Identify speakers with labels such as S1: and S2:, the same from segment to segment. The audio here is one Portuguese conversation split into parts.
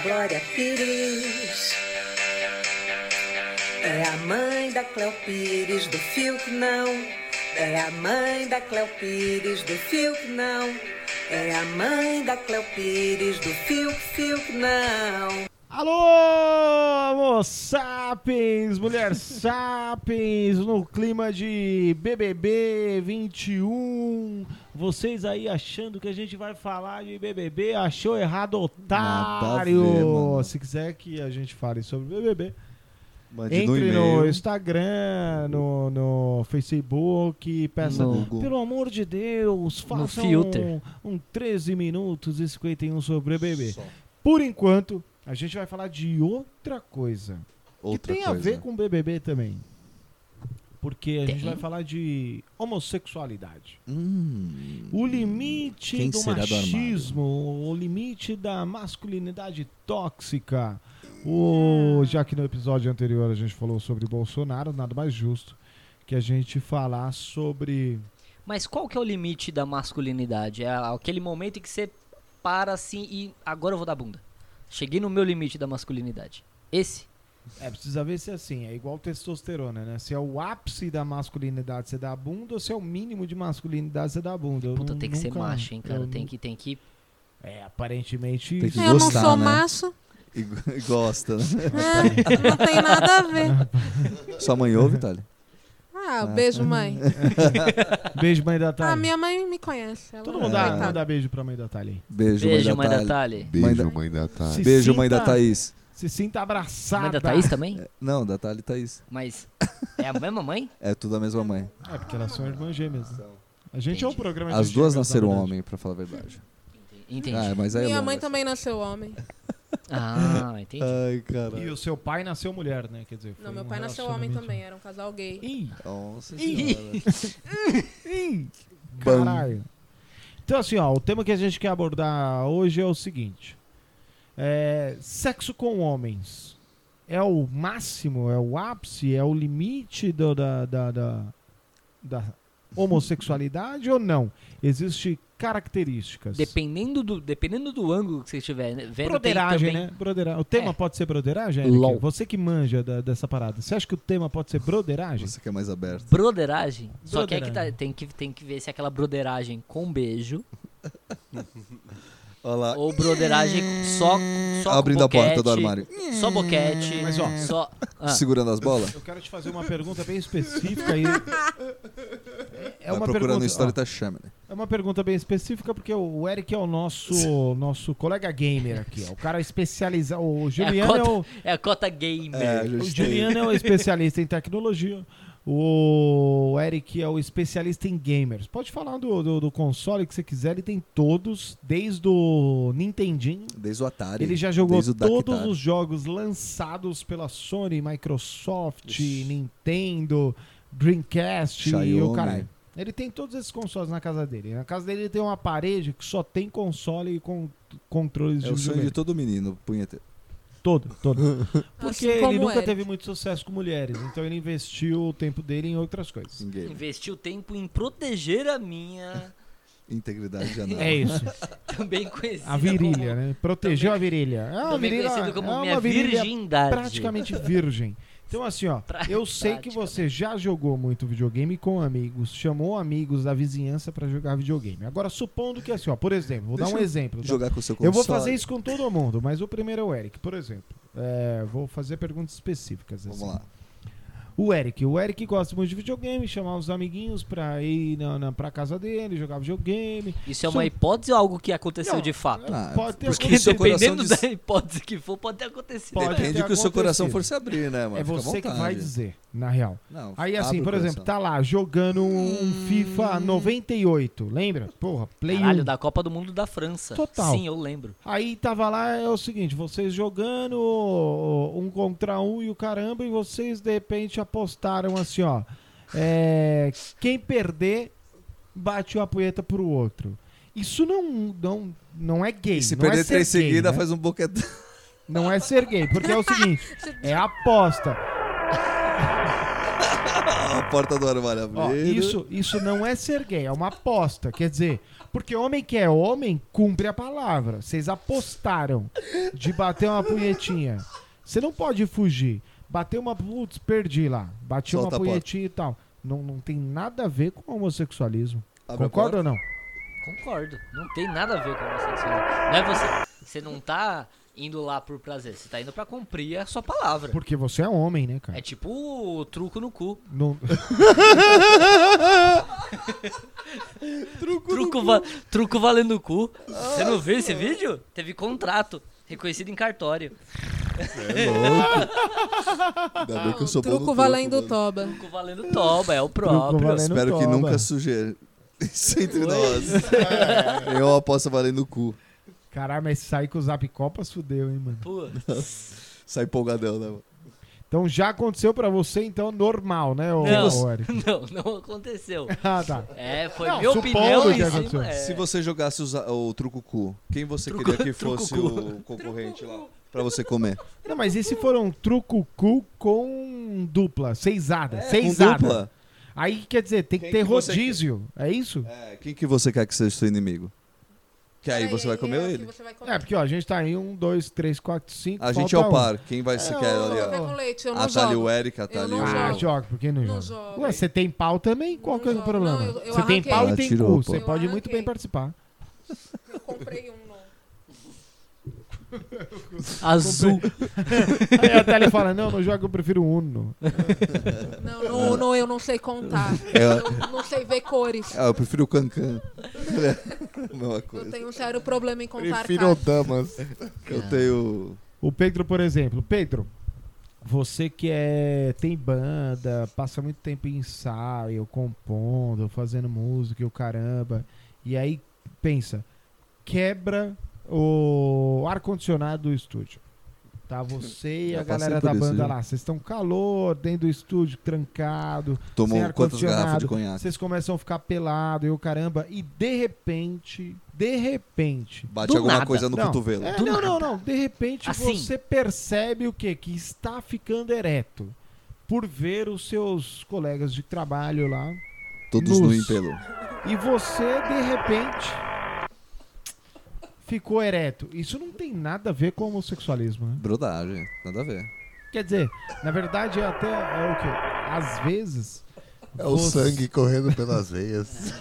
S1: Glória Pires. É a mãe da Cléo Pires do fio que não. É a mãe da Cléo Pires do fio que não. É a mãe da Cléo Pires do fio que fio que não.
S2: Alô, Homo sapiens, mulher sapiens, no clima de BBB 21. Vocês aí achando que a gente vai falar de BBB, achou errado,
S3: Nada a ver,
S2: otário.
S3: mano.
S2: Se quiser que a gente fale sobre BBB,
S3: Mande no
S2: entre no
S3: e-mail.
S2: Instagram, no, no Facebook, e peça.
S3: No Google.
S2: Pelo amor de Deus, faça um,
S4: filter.
S2: um 13 minutos e 51 sobre BBB. Por enquanto, a gente vai falar de outra coisa.
S3: Outra
S2: que tem
S3: coisa.
S2: a ver com o BBB também. Porque a gente
S4: Tem?
S2: vai falar de homossexualidade.
S3: Hum,
S2: O limite
S3: Quem
S2: do
S3: será do armário?
S2: machismo, o limite da masculinidade tóxica.
S4: Ah.
S2: O, já que no episódio anterior a gente falou sobre Bolsonaro, nada mais justo que a gente falar sobre
S4: Mas qual que é o limite da masculinidade? É aquele momento em que você para assim e agora eu vou dar bunda. Cheguei no meu limite da masculinidade. Esse?
S2: É, precisa ver se é assim, é igual testosterona, né? Se é o ápice da masculinidade você dá a bunda ou se é o mínimo de masculinidade você dá a bunda. Eu
S4: Puta,
S2: nu-
S4: tem que ser
S2: nunca-
S4: macho, hein, cara.
S2: eu
S4: Tem
S2: nu-
S4: que, tem que.
S2: É, aparentemente
S3: Tem
S2: isso.
S3: que
S5: É, Eu
S3: gostar,
S5: não sou
S3: né?
S5: macho,
S3: E, e gosta, né?
S5: né? não tem nada a ver.
S3: Sua mãe ouve, Thalia?
S5: Ah, beijo, mãe.
S2: Beijo, mãe da Thalia.
S5: Ah, minha mãe me conhece. Ela é
S2: Todo mundo dá,
S5: coitada.
S2: manda beijo pra mãe da Thalia. aí.
S3: Beijo,
S4: Beijo,
S3: mãe da Thalia.
S4: Thalie.
S3: Mãe
S6: Beijo,
S3: da-
S6: mãe da Thaís.
S2: Se
S3: Ah, Beijo, mãe da
S2: sinta-
S3: Thaís.
S2: Se sinta abraçada.
S4: Mãe da Thaís também?
S3: Não, da Thalia e Thaís.
S4: Mas é a mesma mãe?
S3: É tudo a mesma mãe.
S2: É, porque elas são irmãs gêmeas. né? A gente é né? um
S4: Entendi.
S2: programa de
S3: As duas
S2: gêmeas,
S3: nasceram
S2: na verdade.
S3: homem, pra falar a verdade.
S4: Entendi.
S3: Ah, mas aí é
S5: Minha
S3: longo
S5: mãe
S3: essa.
S5: também nasceu homem.
S4: Ah, entendi.
S3: Ai, cara.
S2: E o seu pai nasceu mulher, né? Quer dizer, foi
S5: Não, meu
S2: um
S5: pai nasceu homem
S2: relacionamento-
S5: também, era um casal gay.
S2: Ih,
S3: Nossa
S2: Ih.
S3: senhora.
S2: Sim. Caralho. Então, assim, ó, o tema que a gente quer abordar hoje é o seguinte: É, sexo com homens é o máximo, é o ápice, é o limite do- da, da, da, da homossexualidade ou não? Existem características.
S4: Dependendo do, dependendo do ângulo que você estiver né, vendo, tem
S2: Broderagem,
S4: também...
S2: né? Broderagem. O tema
S4: É.
S2: pode ser broderagem, Eric?
S4: LOL.
S2: Você que manja da- dessa parada. Você acha que o tema pode ser broderagem?
S3: Você que é mais aberto.
S4: Broderagem? Só que é que tá-
S2: Broderagem.
S4: tem, que tem que ver se é aquela broderagem com beijo
S3: Olha lá.
S4: ou broderagem só, só com
S3: Abrindo a porta
S4: boquete,
S3: do armário.
S4: Só boquete,
S2: É, Mas, ó,
S4: só... Ah,
S3: Segurando as bolas.
S2: Eu quero te fazer uma pergunta bem específica aí. É- É
S3: Vai
S2: uma
S3: procurando
S2: pergunta,
S3: história
S2: ó,
S3: e tá chamando.
S2: é uma pergunta bem específica porque o Eric é o nosso nosso colega gamer aqui, ó. O cara especializa, o Juliano é,
S4: cota-
S2: o
S4: é a cota gamer.
S3: É,
S2: o
S3: gente tem-
S2: Juliano é o especialista em tecnologia. O Eric é o especialista em gamers. Pode falar do, do, do console que você quiser, ele tem todos, desde o Nintendinho.
S3: Desde o Atari.
S2: Ele já jogou
S3: desde o
S2: todos
S3: Dactar.
S2: os jogos lançados pela Sony, Microsoft, Nintendo, Dreamcast e o
S3: Xiaomi.
S2: caralho. Ele tem todos esses consoles na casa dele. Na casa dele ele tem uma parede que só tem console e con- controles
S3: É
S2: de
S3: o sonho de
S2: videogame.
S3: todo menino, punheteiro.
S2: Todo, todo. Porque
S5: Assim
S2: ele
S5: como
S2: nunca
S4: é?
S5: Eric.
S2: teve muito sucesso com mulheres, então ele investiu o tempo dele em outras coisas.
S3: Em game.
S4: Investi o tempo em proteger a minha,
S3: Integridade anal.
S2: É isso,
S4: também conhecida
S2: a virilha, né? Protegeu a virilha. É
S4: como,
S2: uma
S4: também
S2: virilha,
S4: conhecida como
S2: é uma
S4: minha
S2: virilha
S4: virgindade.
S2: praticamente virgem. Então, assim, ó,
S4: Pra-
S2: eu sei que você já jogou muito videogame com amigos, chamou amigos da vizinhança pra jogar videogame. Agora, supondo que assim, ó, por exemplo, vou dar um
S3: Deixa eu
S2: exemplo. tá?
S3: Jogar com o seu console.
S2: Eu vou fazer isso com todo mundo, mas o primeiro é o Eric, por exemplo. É, vou fazer perguntas específicas.
S3: Vamos
S2: assim.
S3: lá.
S2: O Eric. O Eric gosta muito de videogame, chamar os amiguinhos pra ir na, na, pra casa dele, jogar videogame.
S4: Isso é
S2: São-
S4: uma hipótese ou algo que aconteceu
S2: Não, é
S4: de fato?
S3: Ah,
S2: pode ter
S3: porque
S2: algum-
S3: seu coração
S4: Dependendo
S3: diz-
S4: da hipótese que for, pode ter acontecido.
S2: Pode
S3: Depende
S2: ter
S3: do que o seu coração
S2: acontecido.
S3: for se abrir, né,
S2: é
S3: mano? Fica à
S2: você que
S3: vontade.
S2: vai dizer, na real.
S3: Não,
S2: Aí
S3: abre
S2: assim,
S3: o
S2: por
S3: coração.
S2: exemplo, tá lá jogando um FIFA 98, lembra? Porra, Play 1.
S4: Caralho, da Copa do Mundo da França.
S2: Total.
S4: Sim, eu lembro.
S2: Aí tava lá, é o seguinte, vocês jogando ó, um contra um e o caramba, e vocês de repente apostaram assim, ó. é, quem perder, bate uma punheta pro outro. Isso não, não, não é gay.
S3: E se
S2: não é
S3: perder
S2: ser
S3: três
S2: gay,
S3: seguidas,
S2: né?
S3: faz um boquetão.
S2: Não é ser gay, porque é o seguinte, é aposta.
S3: porta do armário
S2: Ó,
S3: abrindo.
S2: isso, isso não é ser gay, é uma aposta. Quer dizer, porque homem que é homem cumpre a palavra. Vocês apostaram de bater uma punhetinha. Você não pode fugir. Bateu uma. Putz, perdi lá. Bati
S3: Solta a
S2: uma
S3: porta.
S2: punhetinha e tal. Não, não tem nada a ver com homossexualismo.
S3: Abre a
S2: Concorda ou não?
S4: Concordo. Não tem nada a ver com homossexualidade. Não é você. Você não tá indo lá por prazer. Você tá indo pra cumprir a sua palavra.
S2: Porque você é homem, né, cara?
S4: É tipo o truco no cu.
S2: Não-
S4: Truco, va- truco valendo o cu. Você não viu esse vídeo? Teve contrato. Reconhecido em cartório.
S3: É louco. Ainda bem que eu sou bom no
S5: Truco valendo
S3: mano.
S5: toba.
S4: Truco valendo toba, é o próprio.
S2: valendo-
S3: Espero que
S2: toba.
S3: nunca suje isso entre nós. É uma aposta valendo o cu.
S2: Caralho, mas sair com o zap copas fudeu, hein, mano.
S4: Putz.
S3: Sai empolgadão, né, mano?
S2: Então já aconteceu pra você, então, normal, né, ô,
S4: Não.
S2: ô, Eric?
S4: Não, não aconteceu.
S2: Ah, tá.
S4: É, foi
S2: Não,
S4: minha
S2: supondo
S4: opinião
S2: que
S4: em
S2: aconteceu.
S4: cima. É.
S3: Se você jogasse o, za- o truco cu, quem você
S4: Truco-
S3: queria que
S4: truco
S3: fosse
S4: cu.
S3: o concorrente lá? Pra você comer.
S2: Não, mas e se for um truco cu com dupla, seisada,
S3: É, Com
S2: seisada.
S3: dupla?
S2: Aí quer dizer, tem que
S3: Quem
S2: ter
S3: que você
S2: rodízio, é isso?
S3: É, quem que você quer que seja seu inimigo? Que aí você vai comer
S5: é o que
S3: ele.
S5: você vai comer.
S2: É, porque ó, a gente tá aí, um, dois, três, quatro, cinco,
S3: A gente é
S2: falta
S3: o
S2: um.
S3: par. Quem vai se
S5: Não,
S3: quer
S5: eu
S3: é, ali,
S5: vou
S3: ó?
S5: ver com leite, eu não
S3: Ah, tá ali
S5: jogo.
S3: o Eric, tá
S5: Eu
S3: ali
S5: não
S2: Ah,
S5: jogo.
S3: o...
S2: joga, por que não,
S5: Não
S2: joga?
S5: joga.
S2: Ué, você tem pau também? Qual
S5: Não
S2: que é o
S5: joga.
S2: problema?
S5: Não, eu- eu
S2: você tem
S5: arranquei.
S2: pau e
S3: Ela
S2: tem
S3: Ah, tirou,
S2: cu,
S3: pô.
S2: você
S5: Eu
S2: pode muito bem
S5: arranquei.
S2: participar.
S5: Eu comprei um novo.
S4: Azul.
S2: Aí até ele fala, não, não joga, eu prefiro Uno.
S5: Não, no Uno eu não sei contar.
S3: É,
S5: Eu não sei ver cores.
S3: ah, eu prefiro o Cancan. Mesma
S5: Eu
S3: coisa.
S5: tenho um sério problema em contar
S6: Prefiro
S5: cartas.
S6: damas.
S3: Eu tenho.
S2: O Pedro, por exemplo. Pedro, você que é, tem banda, passa muito tempo em ensaio, compondo, fazendo música e o caramba. E aí, pensa, quebra o ar-condicionado do estúdio. Tá, você e
S3: Já
S2: a
S3: passei
S2: galera
S3: por
S2: da
S3: isso,
S2: banda
S3: já.
S2: lá. Vocês estão calor dentro do estúdio, trancado.
S3: Tomou
S2: Sem
S3: quantas garrafas de
S2: ar-condicionado.
S3: conhaque?
S2: Vocês começam a ficar pelado e o caramba. E de repente, de repente,
S3: Bate
S4: Do
S3: alguma
S4: nada.
S3: coisa no
S2: Não.
S3: cotovelo.
S2: é,
S4: Do
S2: não, não,
S4: nada.
S2: não. De repente
S4: Assim.
S2: você percebe o quê? Que está ficando ereto. Por ver os seus colegas de trabalho lá.
S3: Todos no
S2: Nus.
S3: impelo.
S2: E você, de repente, ficou ereto. Isso não tem nada a ver com homossexualismo, né?
S3: Brodagem, nada a ver.
S2: Quer dizer, na verdade, é até é o quê? Às vezes.
S6: É o
S2: você-
S6: sangue correndo pelas veias.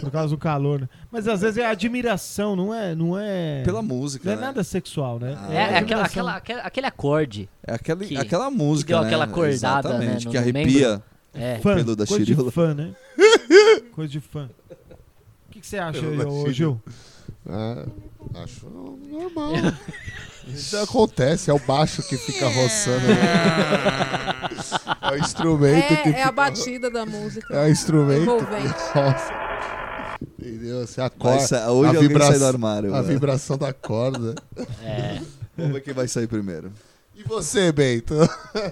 S2: Por causa do calor, né? Mas às vezes é admiração, não é? Não é,
S3: Pela música,
S2: não é
S3: né?
S2: nada sexual, né?
S3: Ah.
S4: É, é aquela,
S2: admiração.
S4: aquela, aquela- aquele acorde.
S3: É aquele,
S4: Que-
S3: aquela música,
S4: que deu
S3: né?
S4: aquela acordada,
S3: Exatamente,
S4: né, no-
S3: que
S4: no
S3: arrepia.
S4: É.
S2: Fã,
S3: pelo da
S2: coisa
S3: Cirilo.
S2: de fã, né? coisa de fã. O que que você acha,
S6: Pelo da
S2: ô,
S6: Cirilo.
S2: Gil?
S6: Ah, acho normal. Isso acontece, é o baixo que fica roçando. né? É o instrumento que
S5: É, é
S6: fica-
S5: a batida da música.
S6: É o instrumento.
S5: Envolvente.
S6: Que... Nossa. Entendeu? Você acorda.
S3: Vai sa- Hoje
S6: a
S3: alguém
S6: vibra-
S3: sai do armário.
S6: A
S3: velho.
S6: vibração da corda.
S3: Vamos ver quem vai sair primeiro.
S6: E você, Bento?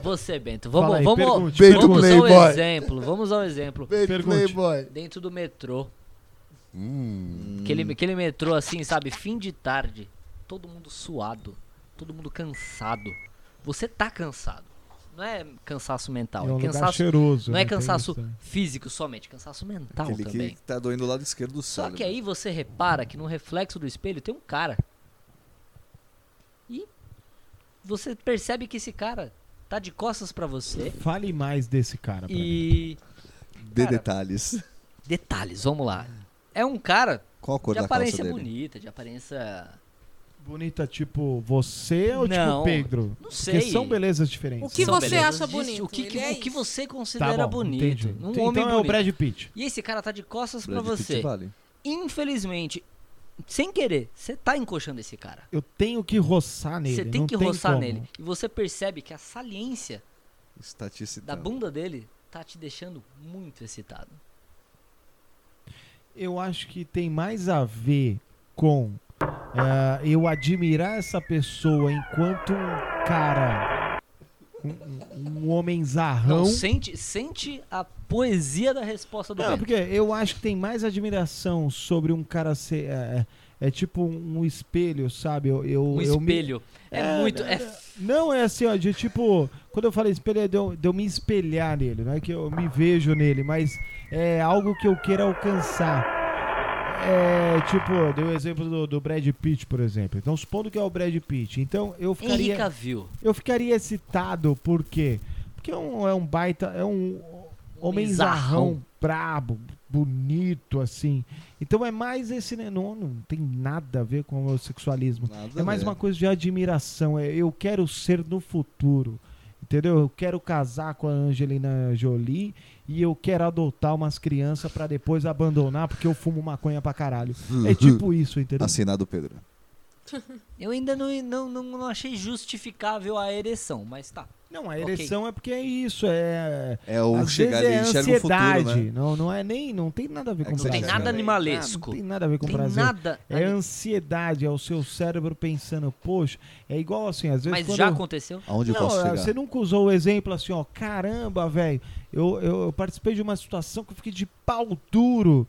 S4: Você, Bento.
S2: Fala
S4: Vamos,
S2: aí,
S4: vamos,
S2: pergunte,
S6: Bento
S4: vamos usar um
S6: Playboy.
S4: exemplo. Vamos usar um exemplo.
S6: Bento
S2: Pergunte.
S6: Playboy.
S4: Dentro do metrô.
S6: Hum.
S4: Aquele, aquele metrô assim, sabe? Fim de tarde. Todo mundo suado. Todo mundo cansado. Você tá cansado. Não é cansaço mental.
S2: é um
S4: é
S2: lugar
S4: cansaço,
S2: cheiroso.
S4: não
S2: né?
S4: é
S2: Tem
S4: cansaço
S2: isso, né?
S4: físico somente. é Cansaço mental
S3: Aquele
S4: também.
S3: que tá doendo o lado esquerdo do
S4: Só
S3: cérebro.
S4: que aí você repara que no reflexo do espelho tem um cara. E você percebe que esse cara tá de costas pra você.
S2: Fale mais desse cara. pra mim.
S4: E
S3: Dê
S4: Cara,
S3: detalhes.
S4: detalhes, vamos lá. É um cara
S3: Qual a cor
S4: de
S3: da calça
S4: aparência
S3: dele?
S4: bonita, de aparência.
S2: Bonita tipo você ou
S4: Não,
S2: tipo Pedro?
S4: Não
S2: Porque
S4: sei.
S2: são belezas diferentes.
S5: O que
S4: São
S5: você
S4: belezas.
S5: acha
S4: Diz-
S5: bonito?
S4: O que, que-
S5: Ele é
S4: o que
S5: isso.
S4: você
S2: Tá
S4: considera
S2: bom,
S4: bonito?
S2: entendi.
S4: Um
S2: Então
S4: homem
S2: é o
S4: bonito.
S2: Brad Pitt.
S4: E esse cara tá de costas pra
S3: Brad Pitt
S4: você.
S3: vale.
S4: Infelizmente, sem querer, você tá encoxando esse cara.
S2: Eu tenho que roçar nele.
S4: Você tem
S2: não
S4: que roçar
S2: como.
S4: nele. E você percebe que a saliência
S3: Está te
S4: da
S3: excitando.
S4: bunda dele tá te deixando muito excitado.
S2: Eu acho que tem mais a ver com ah, eu admirar essa pessoa enquanto um cara, um, um- um homem zarrão.
S4: Não, Então, sente, sente a poesia da resposta do
S2: Não,
S4: Bento.
S2: porque eu acho que tem mais admiração sobre um cara ser. É, é tipo um espelho, sabe? Eu, eu,
S4: Um
S2: eu me- né?
S4: espelho. É, muito. É,
S2: Não é assim, ó, de tipo, Quando eu falei espelhar, deu, deu me espelhar nele, não é que eu me vejo nele, mas é algo que eu queira alcançar. É, tipo, eu dei o exemplo do, do Brad Pitt, por exemplo. Então, supondo que é o Brad Pitt. Então, eu
S4: Henrique
S2: ficaria...
S4: Cavill.
S2: Eu ficaria excitado, por quê? Porque é um, é um baita, é um homenzarrão
S4: Homenzarrão.
S2: brabo, bonito, assim. Então é mais esse, né? Não, não tem nada a ver com o sexualismo.
S3: Nada
S2: É mais
S3: a ver.
S2: uma coisa de admiração. É, eu quero ser no futuro. Entendeu? Eu quero casar com a Angelina Jolie e eu quero adotar umas crianças pra depois abandonar porque eu fumo maconha pra caralho. É tipo isso, entendeu?
S3: Assinado Pedro.
S4: Eu ainda não, não, não, não achei justificável a ereção, mas tá.
S2: Não, a
S4: Ok.
S2: ereção é porque é isso, é
S3: É o
S2: Às
S3: chegar ali
S2: vezes
S3: e
S2: é
S3: enxerga o futuro,
S2: ansiedade.
S3: né?
S2: Não, não é nem, não tem nada a ver
S3: É
S2: com
S3: que
S2: prazer.
S3: você
S4: Não tem
S3: tá
S4: nada
S3: achando?
S4: animalesco.
S2: Não tem nada a ver com
S4: tem
S2: prazer.
S4: nada.
S2: É ansiedade, é o seu cérebro pensando, poxa, é igual assim, às vezes
S4: Mas
S2: quando
S4: já aconteceu?
S3: Aonde eu
S2: não, é,
S3: posso chegar?
S2: você nunca usou o exemplo assim, ó, caramba, velho, eu, eu, eu participei de uma situação que eu fiquei de pau duro,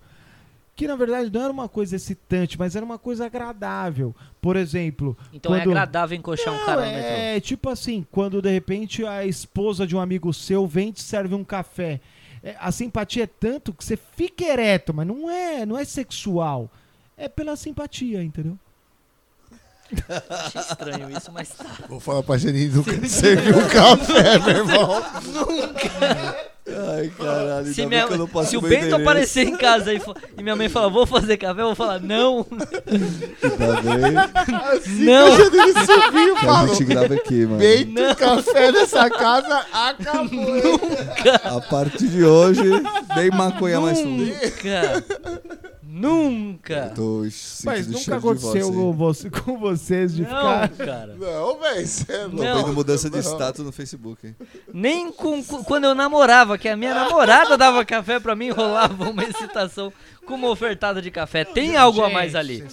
S2: que na verdade não era uma coisa excitante, mas era uma coisa agradável. Por exemplo,
S4: Então é
S2: Quando-
S4: agradável encoxar um cara no metrô.
S2: é tipo assim, quando de repente a esposa de um amigo seu vem e te serve um café. É, a simpatia é tanto que você fica ereto, mas não é, não é sexual. É pela simpatia, entendeu?
S4: Achei estranho isso, mas tá.
S6: Vou falar pra Janine nunca serviu um café, meu irmão.
S3: Ai, caralho,
S4: Se,
S3: ainda
S4: minha-
S3: bem que eu não posso
S4: se o
S3: meu
S4: Bento
S3: endereço.
S4: aparecer em casa e, fo- e minha mãe falar, vou fazer café, eu vou falar, não,
S3: Ainda bem
S4: não,
S6: Ele subiu,
S3: que a
S6: falou.
S3: gente grava aqui, mano.
S6: Peito, café nessa casa, acabou.
S3: A partir de hoje, nem maconha mais fumo.
S4: nunca, nunca,
S3: Tô sentindo
S2: Mas nunca
S3: cheiro de né? assim. voz
S2: aconteceu
S3: aí.
S2: com, você- com vocês de
S4: não,
S2: ficar.
S4: cara,
S6: Não, velho, você é
S3: Tô
S6: louco.
S4: não.
S3: vendo mudança de
S6: Não.
S3: status no Facebook, hein?
S4: nem com, com- quando eu namorava, que a minha namorada dava café pra mim, rolava uma excitação com uma ofertada de café, tem algo a mais ali,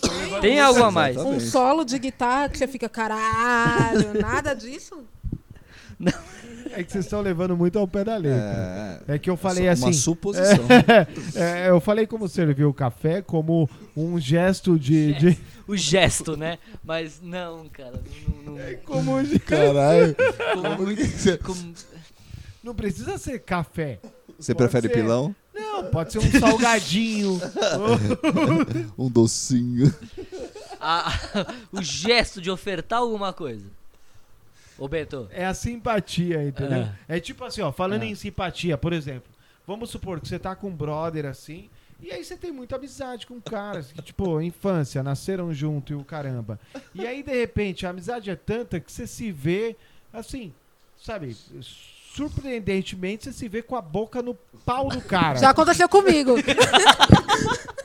S4: tem algo a mais,
S3: Exatamente.
S5: Um solo de guitarra que você fica, caralho, nada disso?
S2: É que vocês estão levando muito ao pé da letra.
S3: É,
S2: É, que eu falei
S3: só
S2: assim.
S3: Uma suposição.
S2: é, eu falei como servir o café, como um gesto de. de-
S4: o gesto, né, mas não, cara, não, não,
S3: É
S2: como um ge-
S6: Caralho.
S4: ficou muito- ficou-
S2: não precisa ser café.
S3: Você
S2: Pode
S3: prefere
S2: ser.
S3: pilão?
S2: Não, pode ser um salgadinho.
S3: Um docinho.
S4: a- o gesto de ofertar alguma coisa. Ô Bento,
S2: É a simpatia, entendeu?
S4: Ah.
S2: É tipo assim, ó, falando
S4: Ah.
S2: em simpatia, por exemplo, vamos supor que você tá com um brother assim, e aí você tem muita amizade com caras que, tipo, infância, nasceram junto e o caramba. E aí, de repente, a amizade é tanta que você se vê, assim, sabe, surpreendentemente, você se vê com a boca no pau do cara.
S5: Já aconteceu comigo.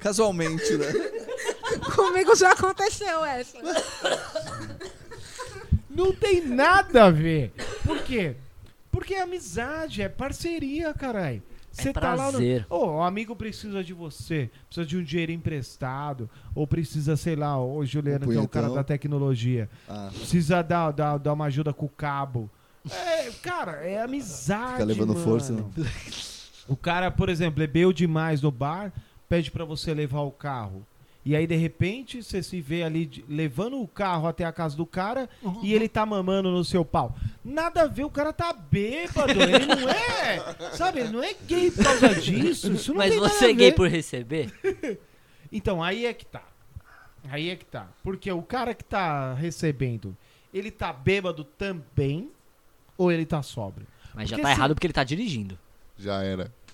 S3: Casualmente, né?
S5: comigo já aconteceu essa.
S2: Não tem nada a ver. Por quê? Porque é amizade, é parceria, caralho. Você tá lá no.
S4: prazer.
S2: Ô, o amigo precisa de você, precisa de um dinheiro emprestado, ou precisa, sei lá, ô Juliano,
S3: Um
S2: que é o cara
S3: punhetão.
S2: da tecnologia,
S3: Ah,
S2: precisa dar, dar, dar uma ajuda com o cabo. É, cara, é amizade.
S3: fica levando
S2: mano.
S3: força. né?
S2: O cara, por exemplo, bebeu demais no bar, pede pra você levar o carro. E aí, de repente, você se vê ali de- levando o carro até a casa do cara e ele tá mamando no seu pau. Nada a ver, o cara tá bêbado, ele não é. Sabe, ele não é gay por causa disso. Isso não
S4: mas
S2: tem nada
S4: você
S2: a
S4: é gay
S2: ver.
S4: por receber?
S2: Então, aí é que tá. Aí é que tá. Porque o cara que tá recebendo, ele tá bêbado também ou ele tá sóbrio?
S4: Mas já
S2: Porque assim
S4: tá
S2: se-
S4: errado porque ele tá dirigindo.
S6: Já era.